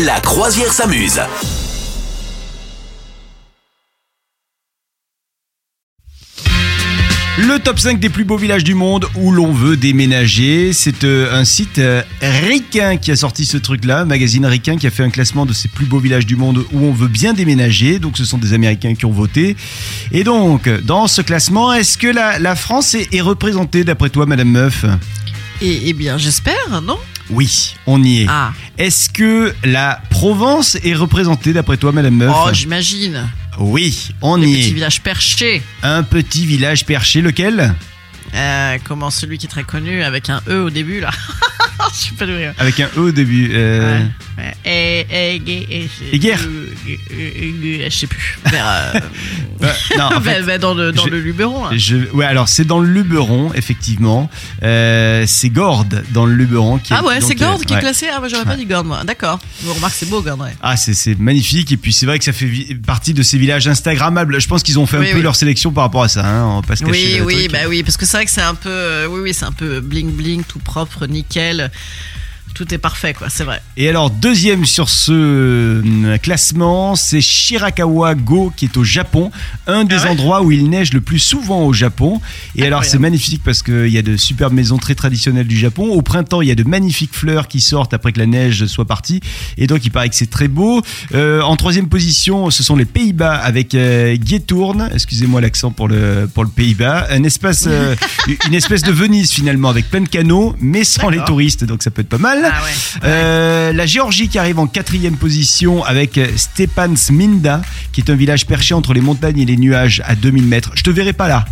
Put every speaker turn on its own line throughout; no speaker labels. La croisière s'amuse.
Le top 5 des plus beaux villages du monde où l'on veut déménager. C'est euh, un site euh, ricain qui a sorti ce truc-là, magazine ricain qui a fait un classement de ces plus beaux villages du monde où on veut bien déménager. Donc ce sont des Américains qui ont voté. Et donc, dans ce classement, est-ce que la, la France est, est représentée d'après toi, Madame Meuf
Et, eh bien, j'espère, non
Oui, on y est.
Ah,
Est-ce que la Provence est représentée d'après toi, Madame Meuf
oh, j'imagine.
Oui, on
Les
y
petits
est.
villages perchés,
Un petit village perché, lequel
Euh, comment celui qui est très connu avec un E au début là. Je suis pas doué.
Avec un E au début. euh,
Ouais. Ouais. Et, et, et, et-
Eger.
et- et- et- Je sais plus. Vers, euh,
bah, non, en fait,
vers- vers dans le, dans
je-
le Luberon. là.
Je- ouais, alors c'est dans le Luberon, effectivement. Euh, c'est Gordes dans le Luberon. Qui est-
Ah ouais,
donc,
c'est Gordes
euh,
qui est
ouais.
classé. Ah, bah, j'aurais pas dit Gordes, moi. D'accord. Vous remarquez, c'est beau, Gordes, ouais.
Ah, c'est- c'est magnifique. Et puis c'est vrai que ça fait vi- partie de ces villages Instagrammables. Je pense qu'ils ont fait
Oui,
un peu
oui.
leur sélection par rapport à ça. hein, On va pas se cacher.
Oui,
le
oui,
truc.
bah oui, parce que c'est vrai que c'est un peu, euh, oui, oui, c'est un peu bling bling, tout propre, nickel, tout est parfait, quoi. C'est vrai.
Et alors, deuxième sur ce euh, classement, c'est Shirakawa Go qui est au Japon. Un des
Ah ouais
endroits où il neige le plus souvent au Japon. Et alors,
Incroyable.
c'est magnifique parce qu'il y a de superbes maisons très traditionnelles du Japon. Au printemps, il y a de magnifiques fleurs qui sortent après que la neige soit partie. Et donc, il paraît que c'est très beau. Euh, en troisième position, ce sont les Pays-Bas avec euh, Guétourne. Excusez-moi l'accent pour le, pour le Pays-Bas. Un espace, euh, une espèce de Venise finalement avec plein de canaux, mais sans les touristes. Donc, ça peut être pas mal.
Ah ouais.
Euh, la Géorgie qui arrive en quatrième position avec euh, Stepan Sminda, qui est un village perché entre les montagnes et les nuages à 2000 mètres. Je te verrai pas là.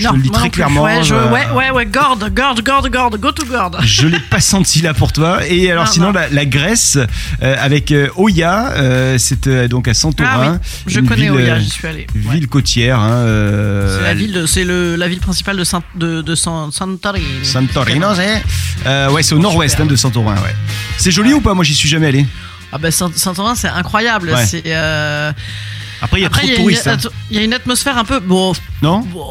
Je te le dis
moi
très
non plus.
clairement.
Ouais, je-
euh,
ouais, ouais, ouais, Gordes, Gordes, Gordes, Gordes, go to Gordes.
Je l'ai pas senti là pour toi. Et alors
Non,
sinon
non.
La, la Grèce euh, avec euh, Oia, euh, c'est euh, donc à Santorin.
Ah Je
une
connais
ville,
Oya,
euh,
j'y suis allé.
Ville côtière. hein, euh,
C'est la ville, de- c'est le, la ville principale de, Saint, de, de San- Santorini.
Santorino, c'est Euh, ouais, c'est au nord-ouest
Oh, Super.
hein, de Santorin. Ouais. C'est joli ou pas Moi, j'y suis jamais allé.
Ah bah Saint- Santorin, c'est incroyable.
Ouais.
C'est. euh,
Après, il y a
après,
trop de
une-
touristes. hein.
atto- il y a une atmosphère un peu. Bon,
Non
Bon,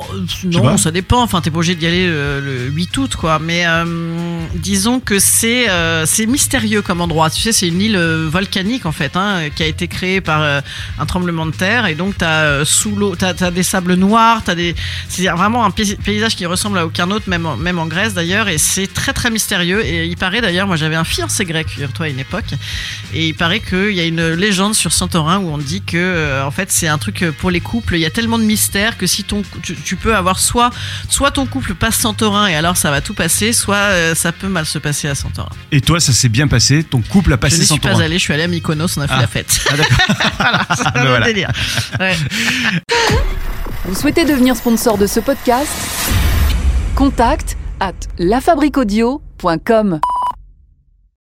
pas.
non, ça dépend. Enfin, t'es pas obligé d'y aller euh, le, 8 août, quoi. Mais euh, disons que c'est euh, c'est mystérieux comme endroit. Tu sais, c'est une île euh, volcanique en fait, hein, qui a été créée par euh, un tremblement de terre. Et donc t'as euh, sous l'eau, t'as as des sables noirs, t'as des, c'est vraiment un pais- paysage qui ressemble à aucun autre, même en, même en Grèce d'ailleurs. Et c'est très très mystérieux. Et il paraît d'ailleurs, moi j'avais un fiancé grec, figure-toi, à une époque. Et il paraît qu'il y a une légende sur Santorin où on dit que euh, en fait c'est un truc pour les couples. Il y a tellement de mystères que si ton cou- tu, tu peux avoir soit soit ton couple passe Santorin et alors ça va tout passer, soit euh, ça peut mal se passer à Santorin.
Et toi, ça s'est bien passé Ton couple a
je
passé
n'y suis
Santorin
pas allée, je suis allée à Mykonos, on a fait
Ah.
la fête.
Ah, d'accord.
C'est
ben
un autre
voilà.
délire. Ouais.
Vous souhaitez devenir sponsor de ce podcast Contact à lafabriquaudio.com.